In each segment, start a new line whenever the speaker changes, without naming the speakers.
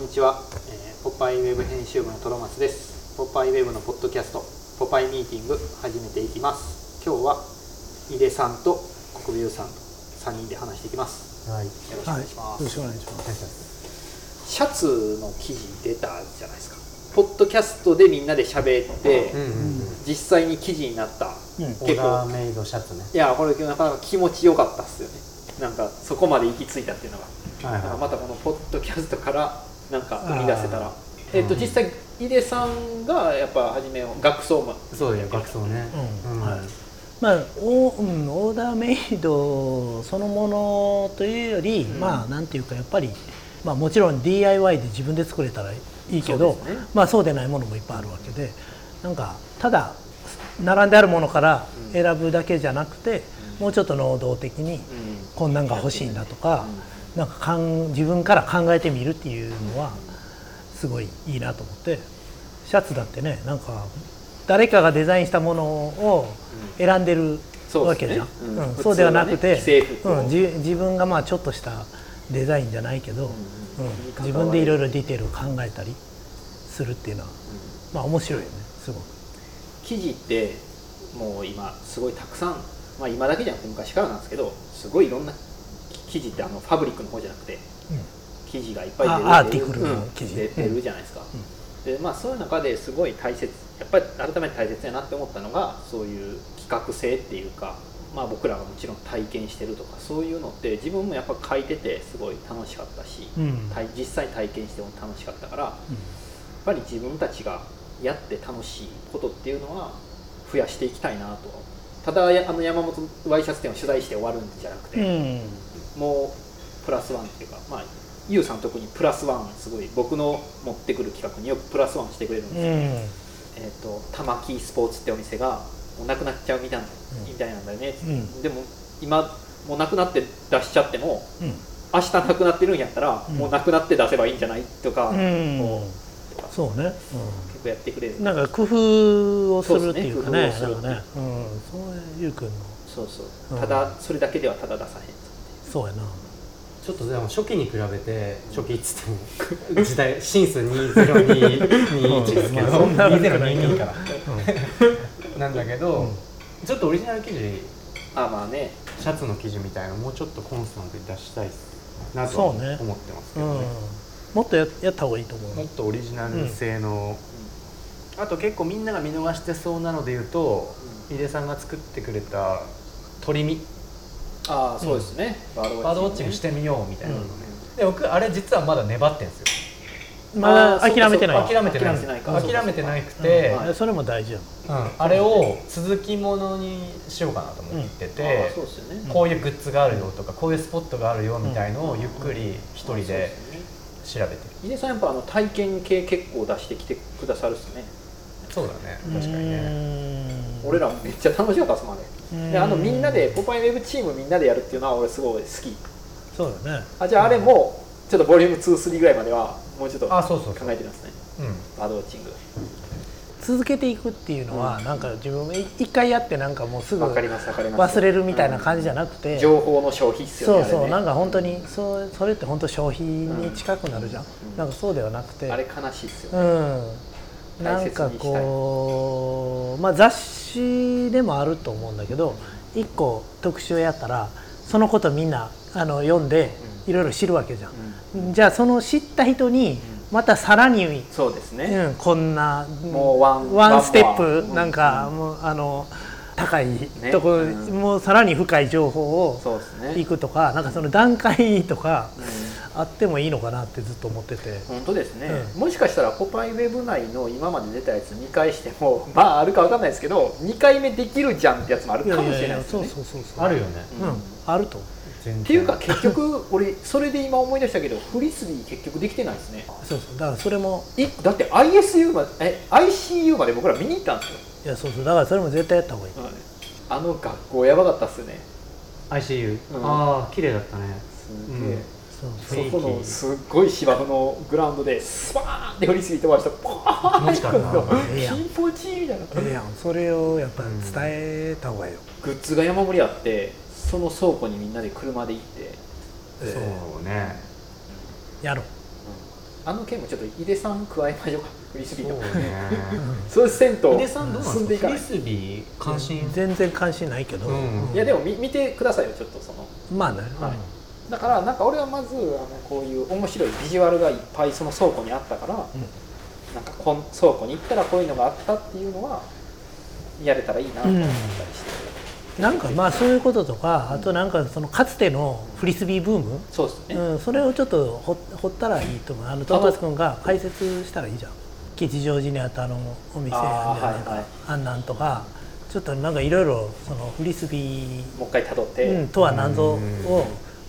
にちは、えーポパイウェブ編集部のトロマツですポパイウェブのポッドキャストポパイミーティング始めていきます今日は井出さんと国分さんと3人で話していきます
はい。
よろしくお
はい、
願い
よ
します、
ろしくお願いします。
シャツの記事出たじゃないですかポッドキャストでみんなで喋って、
うんうんうん。
実際に記事になった
うん
オーダーメイドシャツね。
いやこれなかなか気持ちよかったっすよねなんかそこまで行き着いたっていうのがな
はい
んか
は
またこのポッドキャストからなんか生み出せたら
あ、
えっと
うん
実際井出さんがやっぱ初め学装も
い。そうだよ、学装ね。
う
うんん。
はいまあ、オーうんオーダーメイドそのものというより、
ん
まあなんていうかやっぱり、まあ、もちろん DIY で自分で作れたらいいけど
そうですね
まあ、そうでないものもいっぱいあるわけでなんかただ並んであるものから
うん
選ぶだけじゃなくて、
うん
もうちょっと能動的に
う
こんなんが欲しいんだとか,、なんかかん自分から考えてみるっていうのは。すごいいいなと思ってシャツだってねなんか誰かがデザインしたものを選んでる
そう
わ
です
け
ね
じゃん
うん
うん
普通はね
そうではなくて、
既製服を
うん、じ自分がまあちょっとしたデザインじゃないけ
う
ど、
ん
うん
いい関わり
自分でいろいろディテールを考えたりするっていうのは、まあ、面白いよねすごく。
記事ってもう今すごいたくさん、まあ、今だけじゃなくて昔からなんですけどすごいいろんな記事ってあのファブリックの方じゃなくて記事がいっぱい出る
あアーティクルの
うん
記事
出出るじゃないですか、でまあそういう中ですごい大切やっぱり改めて大切やなって思ったのがそういう企画性っていうかまあ僕らがもちろん体験してるとかそういうのって自分もやっぱ書いててすごい楽しかったし、
うん
体実際体験しても楽しかったからやっぱり自分たちがやって楽しいことっていうのは増やしていきたいなとただやあの山本ワイシャツ店を取材して終わるんじゃなくて、
うん
もうプラスワンっていうか、まあ、ゆうさん特にプラスワンすごい僕の持ってくる企画によくプラスワンしてくれるんです
う
よ、
ん
えっ、と玉木スポーツってお店がもうなくなっちゃうみたいな,、
うん
みたいなんだよね、
うん
でも今もうなくなって出しちゃっても
うん
明日なくなってるんやったら、
うん
もうなくなって出せばいいんじゃないとか、
うん
こうとか
そうね、
結構やってくれる
うん、なんか工夫をするっていうかね
そうですね工夫をする
なんかね、うん、そうゆうくんの
そうそう
うん
ただ、それだけではただ出さへん
そうやな
ちょっとでも初期に比べて、初期っつっても、時代、シンス2021ですけど、
うんまあそんなことないけど
2022から。なんだけど、ちょっとオリジナル記事、
あまあね
シャツの記事みたいなのもうちょっとコンスタントに出したいなとは
そうね
思ってますけ
う
ど
ん
ね。
もっとややった方がいいと思う
もっとオリジナル性の、あと結構みんなが見逃してそうなので言うと、井出さんが作ってくれた鳥見
ああそうですね、バ
バードウォッチングしててみようみたいな、
うん
で僕あれ実はまだ粘ってんですよ
まだ諦めてない
あ
わ
そうか
諦めてな
諦
い
めてないか
諦めてなくて、
うん
あそれも大事やもん
うんあれを続きものにしようかなと思って
あ
て
あ、そうですよね、
こういうグッズがあるよとかこういうスポットがあるよみたいのをゆっくり一
そう
人で
ですね
調べてる、
井出さんやっぱあの体験系結構出してきてくださるっすね
そうだね確かにね
うーん
俺らもめっちゃ楽しかったっすもんね
うん
であのみんなで「ポパイウェブ」チームみんなでやるっていうのは俺すごい好き
そうだね
あじゃああれもちょっとボリューム23ぐらいまではもうちょっと
あ
考
そうそうそう、
えてますね
うん
バードウォッチング
続けていくっていうのは、
うん
なんか自分も一一回やってなんかもうすぐ
わかり
忘
ますわかります
れるみたいな感じじゃなくて、
うん情報の消費っすよ
そ
ね
うそう、
あれね
なんか本当にそうそれって本当消費に近くなるじゃん、
うん
なんかそうではなくて
あれ悲しいっすよ
う
ね
ん、な
大
ん
切
か
にしたい
こう、まあ、雑誌でもあると思うんだけど一個特集やったらそのことみんなあの読んで
うん
いろいろ知るわけじゃ、
うんん
じゃあその知った人にまたさらに、う
そうですね
ん、こんな
もうワン
ワンステッ
ワン
プ
ワン
なんか、もうあの高いとこ、
ねうん
もうさらに深い情報を
そうですね
いくとか、なんかその段階とか
うん
あってもいいのかなってずっと思ってて。
本当ですね、
う
もしかしたら「ポパイウェブ」内の今まで出たやつ見返しても まああるかわかんないですけど2回目できるじゃんってやつもあるかもしれないですよね
そうそうそうそう
あるよね
う
うんん、あると思う
全然
っていうか結局 俺それで今思い出したけどフリスビー結局できてないですね
そうそうだからそれも
いだって ISU までえ ICU まで僕ら見に行ったんですよ、
いやそうそうだからそれも絶対やった方がいい、
あの学校やばかったっすよね
ICU、
うん
ああ綺麗だったね
すげえ、
そう
雰囲気
そこのすっごい芝生のグラウンドでスパーンってフリスビー飛ばしてポーンって行くの
気持ちか
なええやん
気持ちいいみたいな
そうええやんそれをやっぱ伝えた方がいいよ、
グッズが山盛りあってその倉庫にみんなで車で行って
ええ
そうね
やろう
あの件もちょっと井出さん加えましょうかフリスビー
そう
とか
ね
そういう銭湯
井出さんどうなん
進んで
で
い
すか
かな
フリ
い
スビー関心
全然関心ないけど、
うん
いやでも見見てくださいよちょっとその
まあね、
はいだからなんか俺はまずあのこういう面白いビジュアルがいっぱいその倉庫にあったから、なんかこん倉庫に行ったらこういうのがあったっていうのはやれたらいいなと思ったりして、
なんかまあそういうこととか、あとなんかそのかつてのフリスビーブーム、
そうですね、
うん、それをちょっと掘掘ったらいいと思うあのトーマス君が解説したらいいじゃん吉祥寺にあったあのお店あんじゃないか
あーはいはい
あんなんとかちょっとなんかいろいろそのフリスビ
もう一回たどって、
ー、うん、とは何ぞを、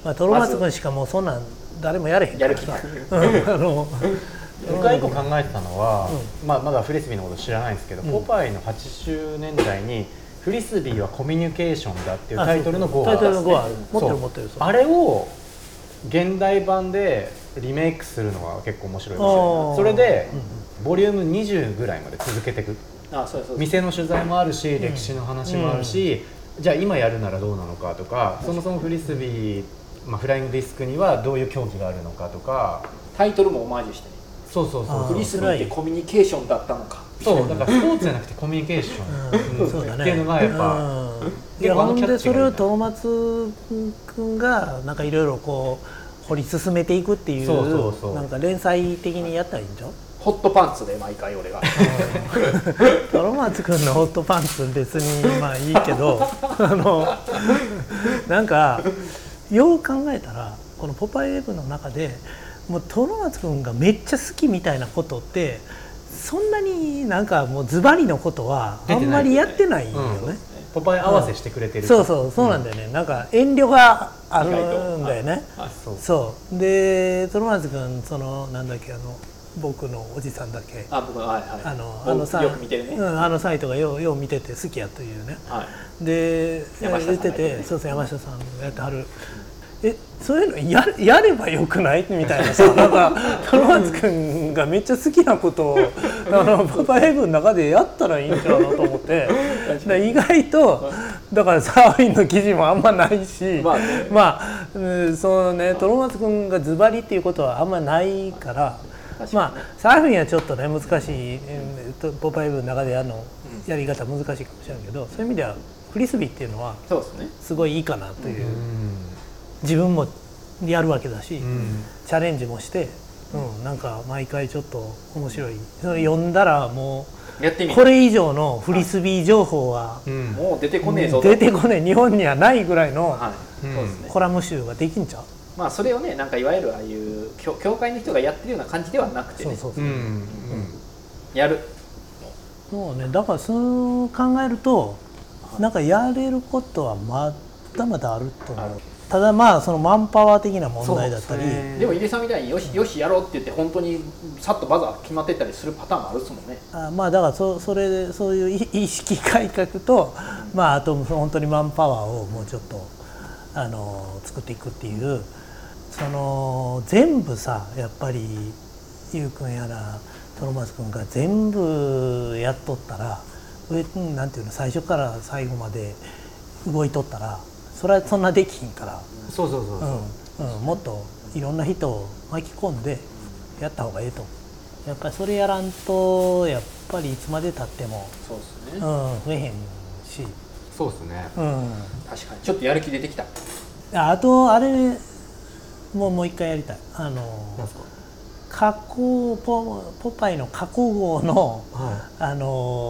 まあ、トロマツ君しかもうそんなん誰もやれへん
や
か
る
ら
気
さ
なく、
うんあの
僕が一個考えてたのは、
う
まあ、まだフリスビーのこと知らないんですけど、
うん
ポパイの80年代に「フリスビーはコミュニケーションだ」っていうタイトルの号
タイトルの号ある
そう
持ってる持ってるそう
あれを現代版でリメイクするのは結構面白いですよ
あー
ねそれで、
うん
ボリューム20ぐらいまで続けていく
あそうそうそう
店の取材もあるし歴史の話もあるし、じゃあ今やるならどうなのかとかそもそもフリスビー、まあ、フライングディスクにはどういう競技があるのかとか
タイトルもオマージュしてね
そうそうそう
あー
フリスビーってコミュニケーションだったのか
そうだからスポーツじゃなくてコミュニケーション、
うんそうだね
っていうのがやっぱ、
うん、い
結
や
構あ
ほ
の
ん
キャッチがいい
で
ね
それをトーマツ君がなんかいろいろこう掘り進めていくっていう
そうそうそう
なんか連載的にやったらいいんじゃん
ホットパンツで毎回俺が
トロマツ君のホットパンツ別にまあいいけど あのなんかよう考えたらこの「ポパイウェブ」の中でもうトロマツ君がめっちゃ好きみたいなことってそんなになんかもうズバリのことはあんまりやってないよ
出てないよ
ね。
ポパイ合わせしてくれてる、
そうそうそうなんだよね、なんか遠慮があるんだよね
あそう
そうでトロマツ君そのなんだっけあの僕のおじさんだっけ
あ僕はいはい
あのあのさ
よく見てるね、
う
はい
ん、あのサイトがようよう見てて好きやというねで
山下さん
言って
がやって
て
ね
そうそう山下さんがやってはる、えそういうのややればよくないみたいなさ なんかトロマツ君がめっちゃ好きなこと をあのパパヘブンの中でやったらいいんちゃうなと思ってだ意外とだからサーフィンの記事もあんまないし
ま
ま
あ
あ、
ね
うんそのねトロマツ君がズバリっていうことはあんまないから。
確かに
まあ、サーフィンはちょっとね難しい、えーとポパイブの中であのやり方難しいかもしれないけどそういう意味ではフリスビーっていうのは
そうですね
すごいいいかなというう、
ん
自分もやるわけだし、
うん
チャレンジもして、うん、なんか毎回ちょっと面白いそれ読んだらも
やってみ
う
る
これ以上のフリスビー情報は
うん
もう出てこねえぞと
出てこない日本にはないぐらいの
はい、
うん
そうですね
コラム集ができんちゃう
まあそれをねなんかいわゆるああいう教教会の人がやってるような感じではなくて
そう
ね
そうそううん
やる
もうねだからそう考えるとなんかやれることはまだまだあると
あ
思
る
うただまあそのマンパワー的な問
そう
題だったり
ですね
でも井出さんみたいによしよしやろうって言って本当にさっとバザー決まってったりするパターンもあるっすもんね
あまあだからそそれそういうい意識改革と、まあ、あと本当にマンパワーをもうちょっとあの作っていくっていうその全部さやっぱりゆうくんやらトロマスくんが全部やっとったら上うんなんていうの最初から最後まで動いとったらそれはそんなできひんから、
そうそうそう
う
そうん
うん、もっといろんな人を巻き込んでやった方がええと思うやっぱりそれやらんとやっぱりいつまでたっても、
そうです
うん、
ね
増えへんし、
そうですね
うん、
確かにちょっとやる気出てきた
ああとあれもうもう一回やりたいあの
か
加工ポポパイの加工号の
は
あの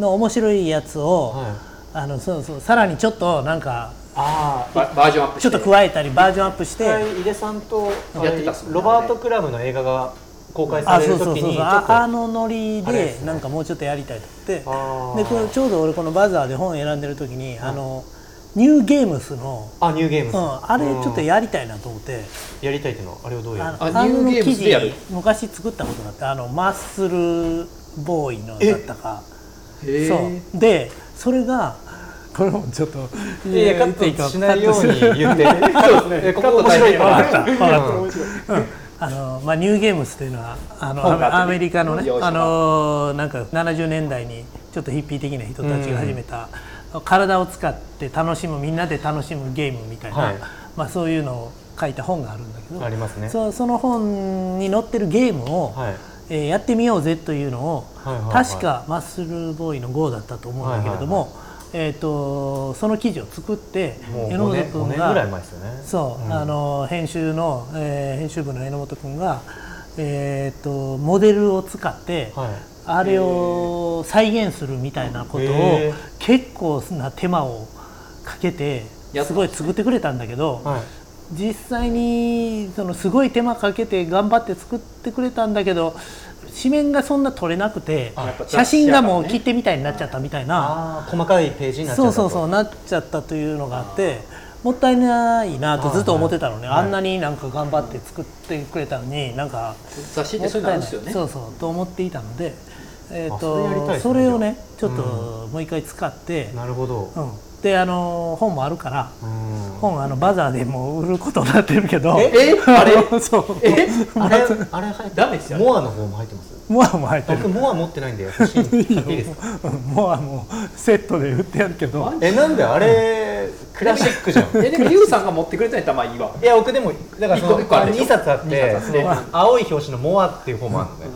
の面白いやつを、
いはい
あのそうそうさらにちょっとなんか
ああ
ババージョンアップ
ちょ
し
ってと加えたりバージョンアップして、
井出さんとあれ
やってたっすもんね
ロバート・クラムの映画が公開さ
あ
れ
そう
る
そう
時
そう
に
そ
ち
う
ょっと
ああのノリ
あれで
です
ね
なんかもうちょっとやりたいと
あ
思
ー
ってでこれちょうど俺このバザーで本選んでる時に、あのニューゲームスの、
あニューゲーム
う
ズ
ん、あれちょっ
う
と
ん
やりたいなと思って、
やりたいっていうのはあれをどうやる
あ
の
あのあ
ニュー
の
ゲーム
記
スでやる
事昔作ったことがあってあのマッスルボーイのだったかそうでそれがこれもちょっと
いやいやカットしないように言 って
そうですね
えここ面白いよ
わか ったわかった
うん
あのまあ、ニューゲームスというのはあの
本があってね
アメリカのね
洋書が
あのなんか70年代にちょっとヒッピー的な人たちが始めた、体を使って楽しむみんなで楽しむゲームみたいな、
はい
まあ、そういうのを書いた本があるんだけど、
ありますね
そその本に載ってるゲームを、
はい
えーやってみようぜというのを、
はいはいはい
確かマッスルボーイの GO だったと思うんだけれども、
はい
えー、とその記事を作って
もう5
榎本
年五
君
年ぐらい
が
前ですよね
そう、
ん
あの編集の、えー編集部の榎本君が、えー、とモデルを使って、
はい
あれを再現するみたいなこと
へ
を
ー
結構な手間をかけて
やったんですね
すごい作ってくれたんだけど、
はい
実際にそのすごい手間かけて頑張って作ってくれたんだけど紙面がそんな撮れなくて
あ
やっぱ雑誌
写真がも
や
う
からね
切手みたいになっちゃったみたいな、
ああ細かいページになっちゃ
そ
っ
う
た
そ
と
うそうなっちゃったというのがあってもったいないなとずっと思ってたのね、
はいはい
あんなになんか頑張って作ってくれたのになんか
雑誌ってそういうのあるんですよね
そうそうと思っていたので、えー、
あそれやりたい
と
ですね
それをねち
じ
ょ
ゃあ
っともう一回使って、
なるほど
うんであの本もあるから
うん
本あのバザーでもう売ることになってるけど
え
えあれ
そう
え
あれあれ入って
ダメですよ
モアの方も入ってます
モアも入って
僕
る
モア持ってないんで欲 しいんで買っていいですか
うんモアもセットで売ってあるけど
えなんであれクラシックじゃん
えでもユウさんが持ってくれたんやったらまあいいわ
いや僕でもだからその
一個一個あるでしょ
2冊あっ
二
て
冊あって
その青い表紙のモアっていう方もあるので、
はい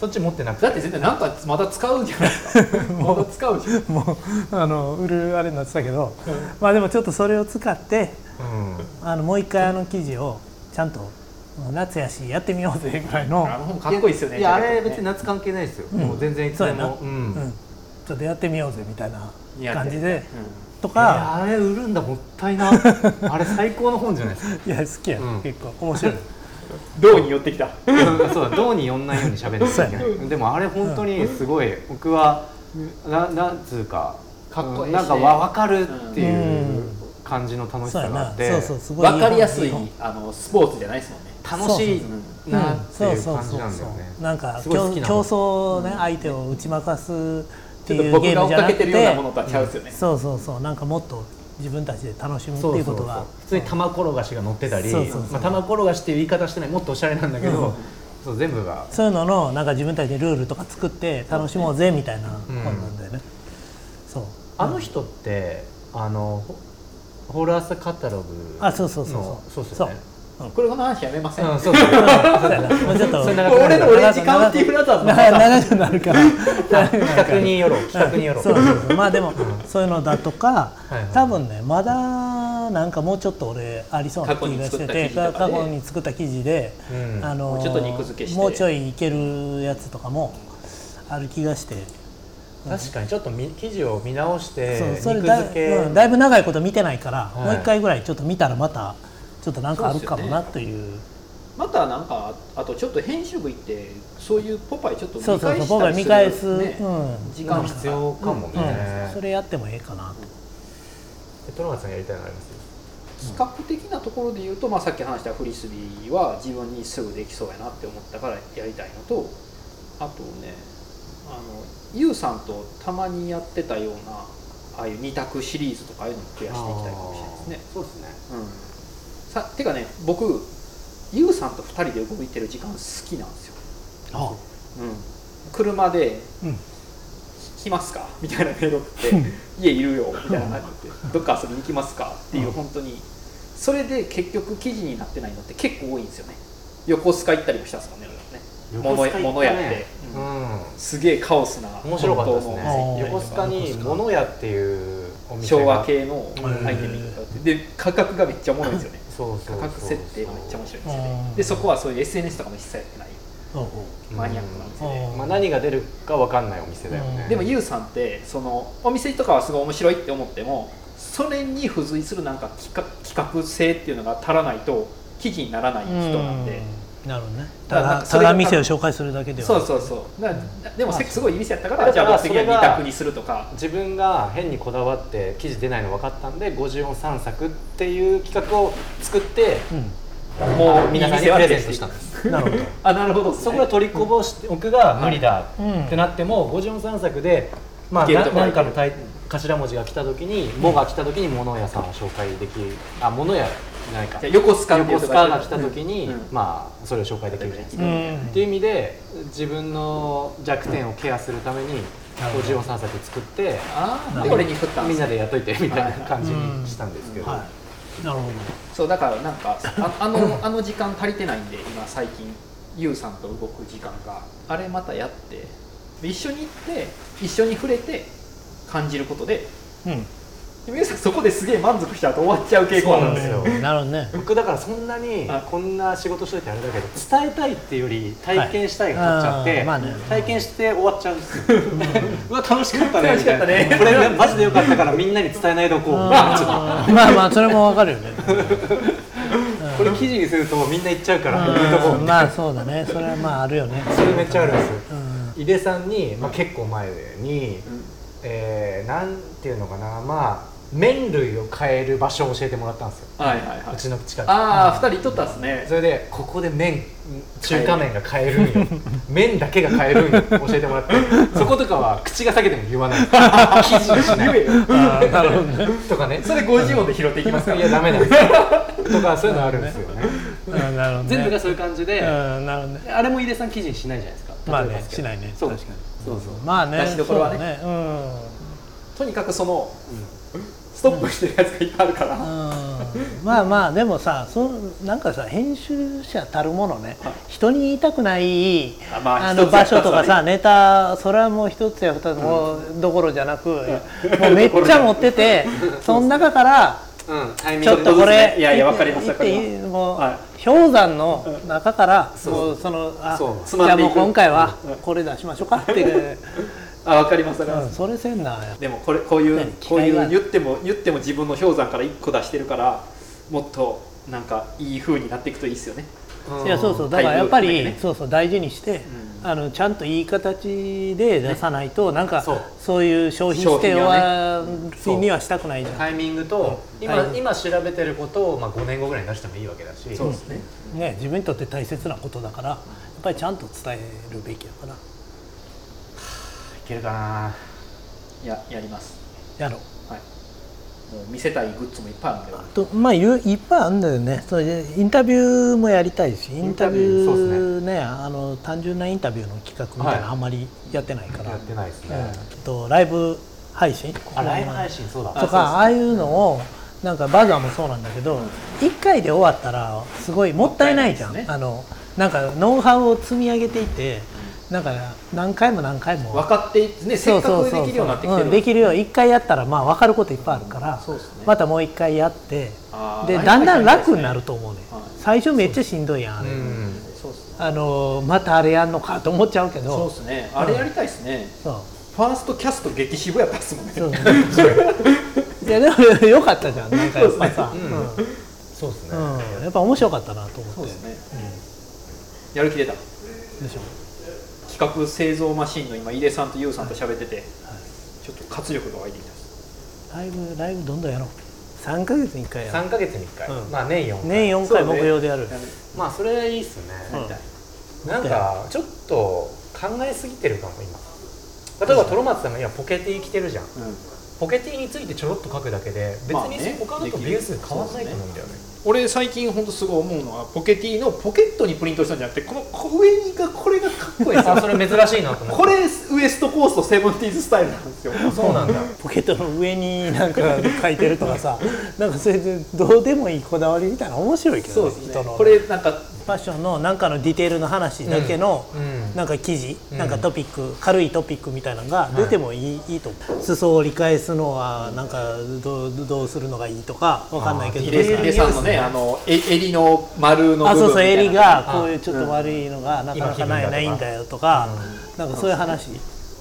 そっち持ってなくて
だって絶対なんかまた使うじゃ ないですかまた使うじゃん
もうあの売るあれになってたけどまあでもちょっとそれを使って
うん
あのもう一回あの記事をちゃんと夏やしやってみようぜぐらいの
あの本かっこいいですよね
いやあ
ジャケッ
れ
トね
別に夏関係ないですよ、
ん
もう全然いつで
そうやな
もうん
うんちょっとやってみようぜみたいな
似合って
感
る
じで
う
と
い
か
やあれ売るんだもった いなあれ最高の本じゃないですか
いや好きや、
うん
結構面白い
んどうに寄ってきた
うんそうだどうに呼んないように喋んなきゃいけないでもあれ本当にすごい僕はななんつうか
かっこいいし
なんかわ分かるっていう
うん
感じの楽し
そ
さ
うや
があ
な
って
そうそうすごい
わかりやすい
本
あのスポーツじゃないですもんね
楽しいなって
そう
いう
そう
感じ
そう
なんだよね
そうなんか
すごい好
競
きな
競
の
争ね相手を打ち負かすって
ちょっと
いう
僕
ゲー
が
ム
追っ
じゃな
か
く
けてるようなもの
て
とは違うですよね
そうそうそうなんかもっと自分たちで楽しむっていうことが
普通に玉転がしが乗ってたり
そうそうそう
まあ、玉転がしっていう言い方してないもっとおしゃれなんだけど、そう全部が
そういうののなんか自分たちでルールとか作って楽しもうぜみたいな本なんだよね そう
あの人ってあのホホールアースカタログの
あそうそうそうそ
そううですよね
これこの話やめません、
うんそう そう
そうやなもうちょっと
それ長くなる
俺のオレンジカウンティーブラザーズの
な 長くなる から
企画によろう企画によろう
そうそうそうまあでもそういうのだとか
いはい
多分ねまだなんかもうちょっと俺ありそうな気がしてて
過去に作った記事とかで
過去に作った記事で、
うん
あの
もうちょっと肉付けして
もうちょいいけるやつとかもある気がして、
確かにちょっとみ記事を見直して
そうそれ
肉
だ,、
付け、
うん、だいぶ長いこと見てないから、
い
もう一回ぐらいちょっと見たらまたちょっとなんかあるかもなという
またなんかあとちょっと編集部行ってそういうポパイちょっと見
そう
返
そうそう
し
僕
た
は
りする
見返
ね
す、うん
時間
必要かも
うん
ね、
それやってもええかな
えトロマツさんやりたいのあります
企画的なところで言うと、まあ、さっき話したフリスビーは自分にすぐできそうやなって思ったからやりたいのとあとねあのユウさんとたまにやってたようなああいう二択シリーズとかああいうのも増やしていきたいかもしれないですね。
そうですね
うん、さてかね僕ユウさんと2人で動いてる時間好きなんですよ。う
あ
ん、車で
うん
来ますかみたいなメール送って家いるよみたいな感じでどっか遊びに行きますかっていう本当にそれで結局記事になってないのって結構多いんですよね横須賀行ったりもしたんですもんね俺もね物物やって、
う
うん
ん
すげえカオスな
面白かったです
本
ね
あー
当の
横須賀に物屋っていうお店が
昭和系の
うん
アイテムがあってで価格がめっちゃおもろいんですよね
そうそうそ
価
う
格設定がめっちゃ面白いんですよ
う
ね
ん
でそこはそういう SNS とかも一切やってない
そう
マニアックなんですよね
まあ、何が出るかわかんないお店だよね、
うん
でもユウさんってそのお店とかはすごい面白いって思ってもそれに付随するなんか企画企画性っていうのが足らないと記事にならない人なんで、
うんなるほどね
だか
た
らなん
だ
かそ
た
れが
だ店を紹介するだけでは
そうそうそうだからでもせすごいいい店やったから
だ
じ
から
ゃあ次は
それ
二
が
択にすると か
自分が変にこだわって記事出ないの分かったんで54散策っていう企画を作って
もう
皆さんにプレゼントしたんですす
うんなるほど
あなるほど
そこが取りこぼして僕が無理だ
うん
ってなっても54散策で、まあ、
いける
な
とこは
何
いけ
か
る
のタイ頭文字が来た時に「も」が来た時に物屋さんを紹介できるあ物屋じゃないか
じゃあ横須賀ってい
横
うと
須
こや
賀
る
が来た時に、
うん
まあそれを紹介できるじゃないですか、
うん
っていう意味で自分の弱点をケアするために
なるほど
54散策作って
あ
な
あで
るほ
こ
ど
れに振ったんで
みん
す
な
ね
で雇っといてみたいな感じにしたんですけど、
はなるほ
そうだからなんかああのあの時間足りてないんで今最近ユウさんと動く時間があれまたやって一緒に行って一緒に触れて感じることで
どうん
でもユウさんそこですげえ満足しちゃうと終わっちゃう傾向なんですよ
そう
なるほどね
僕だからそんなに
あ
こんな仕事しといてあれだけど伝えたいっていうより体験したいが勝っちゃっ
はいあ
て、
ーまあね
体験して終わっちゃうんですよ うわ楽しかったね
楽
みたいな
しかったね
これマジでよかったからみんなに伝えないとこう
あーまあまあそれもわかるよね
これ記事にするとみんな行っちゃうから言うとこ
うんまあそうだねそれはまああるよね
それめっちゃあるんですよ
うん
井出さんに、まあ、結構前に、
ん
えーなんていうのかなまあ麺類を変える場所を教えてもらったんですよ
はいはいは
う
い
ちの近く
ああ二人とったっすね
それでここで麺中華麺が買えるん よ麺だけが買えるんよ教えてもらって そことかは口が裂けても言わ ない記事にしない
なるほどね
とかね
それ50音で拾っていきますか
い
ら
やダメなんですよとかそういうのあるんですよね
うんなるほどね
全部がそういう感じで、
うんなるほどね
あれも井出さん記事にしないじゃないですか
まあ
例えば
ね
ですけ
し
ど
ないね
そう
確かに
そうそう
まあね
出しどころはね
そうだ
とにかくその、ストップしてるやつがいっぱいあるから、
うんうんまあまあでもさそなんかさ編集者たるものね人に言いたくない
あまあ
あの
一つや
場所とか
二つは
さネタそれはもう一つや二つもどころじゃなくもうめっちゃ持っ ててその中から
うん、タイミング
ちょっとこ
そうです
れ
ねいやいやわかります
行っていいもう
は
氷山の中からもうそのあ
そう
じ
つま
ゃ
ん
あ
でい
も
く
う今回はこれ出しましょうかっていう
あわかりますわかります、
それせんなやっ
でもこれこういう
何
こうい
機械は
う言っても言っても自分の氷山から1個出してるからもっとなんかいい風になっていくといいですよね
いやそうそうだから
タイ
や
ム
っぱ
含め
り、
てね
そうそう大事にして、あのちゃんといい形で出さないと、なんか
そ
そうういう商品
商
捨て
品
は
そう
にはしたくないじゃ
タイミングと今,、
タイミング
今調べてることを、まあ、5年後ぐらいに出してもいいわけだし
そうですね、
ん、ね、自分にとって大切なことだからやっぱりちゃんと伝えるべきやから
いけるかな
ややります
やろう
はいもう見せたいグッズもいっぱいあるんで
あとまあゆいっぱいあるんだよねそれでインタビューもやりたいしインタビュ
インタビューそ
ーねあの単純なインタビューの企画みたいなの
はい
あんまりやってないから、
やってないですね、
うんとライブ配信
あライブ配信そうだ
とかああいうのをなんかバザーもそうなんだけど1回で終わったらすごいもったいないじゃん、
もったい
あのなんかノウハウを積み上げていってなんか何回も何回も
分かっていってねせっかくできるようになってきて
う
る
んできるよ1回やったらまあ分かることいっぱいあるから、
そうですね
またもう1回やって
あー
で
あれ
だんだん楽になると思うね、
はい
最初めっちゃしんどいやんあ
う
れ、
ん
そうですね
あのまたあれやんのかと思っちゃうけど
そうっすねあれやりたいですね、
そう
ファーストキャスト激渋やったっすもんね
そういやでもよかったじゃんなんかや っぱさ、うん
そうですね、
うん、やっぱ面白かったなと思って
そうですね、やる気出た
でしょ
企画製造マシンの今井出さんと優さんと喋ってて、ちょっと活力が湧いてきた
ライブライブどんどんやろう3か月に1回やろ
3か月に1回、
うん
まあ年4
う
回
年4回
そうね
目標でやる
まあそれいいっすね、
うん
なんかちょっと考えすぎてるかも今例えばトロマツさんが今ポケティ着てるじゃん
うん
ポケティについてちょろっと書くだけで別
まあね
に他のとビュー数変わんないと思うんだよね,、
俺最近ほんとすごい思うのはポケティのポケットにプリントしたんじゃなくてこの上にがこれがかっこいいんです
あ
よ
それ珍しいなと思って
これウエストコーストセブンティーズスタイルなんですよ
そうなんだ
ポケットの上になんか書いてるとかさ なんかそれでどうでもいいこだわりみたいな面白いけどね人の
これなんか
ファッションのなんかのディテールの話だけの、
うん
なんか記事、
うん
なんかトピック軽いトピックみたいなのが出てもいい,、い、いと思う裾を折り返すのはなんかどうどうするのがいいとかわかんないけど
ヒデヒデさんのねあのえ襟の丸の
あ
部
そう
分み
そう
たいな
襟がこういうちょっと悪いのがなかなかな
今
い
気分だとか
ないんだよとか、なんかそういう話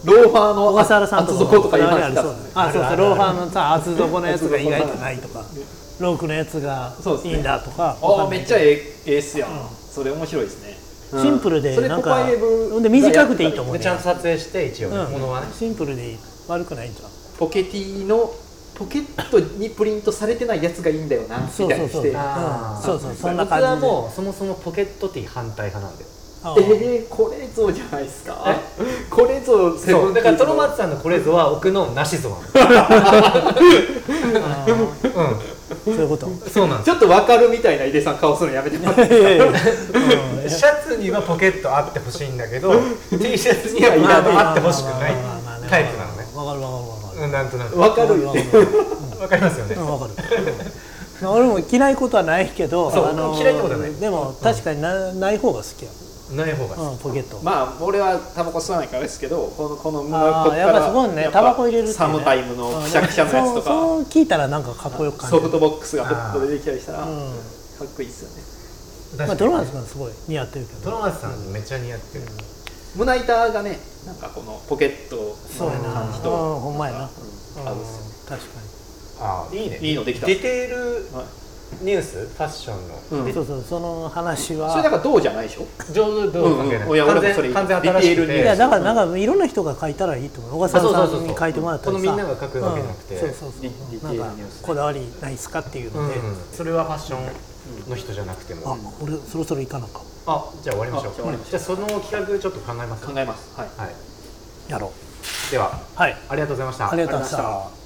ローファーの
小笠原さんと
厚
か
底とか言い
あ
ま
るあ
し
る
た
そうあそうそうローファーのさ厚底のやつが意外とないとかロークのやつが
そうです
い
ね
いんだとかわ
あ
か
あ
んな
め
い
っ
けど
ちゃええええっすやん、それ面白いですね
シンプル
そ
で
れ
なんか
ポパイブ
ほんで短くていいと思う
で
ね
ちゃんと撮影して一応ね、
うん
ものはね
シンプルでいい悪くないんじゃん
ポケティのポケットにプリントされてないやつがいいんだよなみた
そ
いうな
そう
にし
そう、う
て
ん、
あー
そうそうそんな
僕
感じで
はもうそもそもポケットティ反対派なんだよ
あ
えー、これぞじゃないですかこれぞセブ
そ
ン
う
テ
だ
ィ
か
ーズ
らトロマツさんのこれぞは奥のなし ぞな
あー
の、
そういうこと
うん、そうなんで
ちょっと分かるみたいな井出さん顔するのやめてもらって
いやいやいやうん
すシャツにはポケットあってほしいんだけど T シャツにはい
ま
ら
あ
ないあってほしくない
まあまあまあまあ
タイプなのね
わかるわかるわかる
うんなんとなく
分かるよね
わかるわかる
わかりますよね
うんわかるまあ俺も着ないことはないけど
そう
あの
嫌いってことはない
でも確かにな,、ない方が好きや、
ない方が
う
好
ん、ポケット、
まあ俺はタバコ吸わないからですけどこのこの
あーやっぱそこにねタバコ入れるって、ね、
サムタイムのくしゃくしゃのやつと
そう
か
そう聞いたらなんかかっこよく感じ
ソ
る
フトボックスがポッと出てきたりしたら
う
か
ん
っこいいですよね
き
まあ、
確
ド
かに
ロマンスがすごい似合ってるけ
ト
ど
ロマツさんめっちゃ似合ってる、
胸板がねなんかこのポケット
そうやな、
の感じ
うん、ほ
と
んまやな、
うん合うんですよね
確か
ああいいね
いいのできた
ディテール
はい
ニュースファッションの
うん
に、そうそうその話
それだ
は
からどうじゃないでしょ
上手どう関係
うん
ない、
うんいや
完
俺もそれ
全完全新しく
ディテール
て
ニュース
いやだからなんかいろんな人が書いたらいいと思う小笠
あ
原
そうそ
さん
うそう
に
そう
書いてもらったりさ
このみんなが書くわけじゃなくて
うんそうそう
リ
そう
リ
なん
リリ
かこだわりないっすかっていう
う
の
ん
で、
それはファッションの人じゃなくても、
あ俺そろそろ行かなあかん
あじゃあ終わりましょう
あじゃあ終わりましょう
じゃあその企画ちょっと考えます
考えますはい
はい、
やろ
では
うはい
ありがとうございました
ありがとうございまし
ありがとうございました
た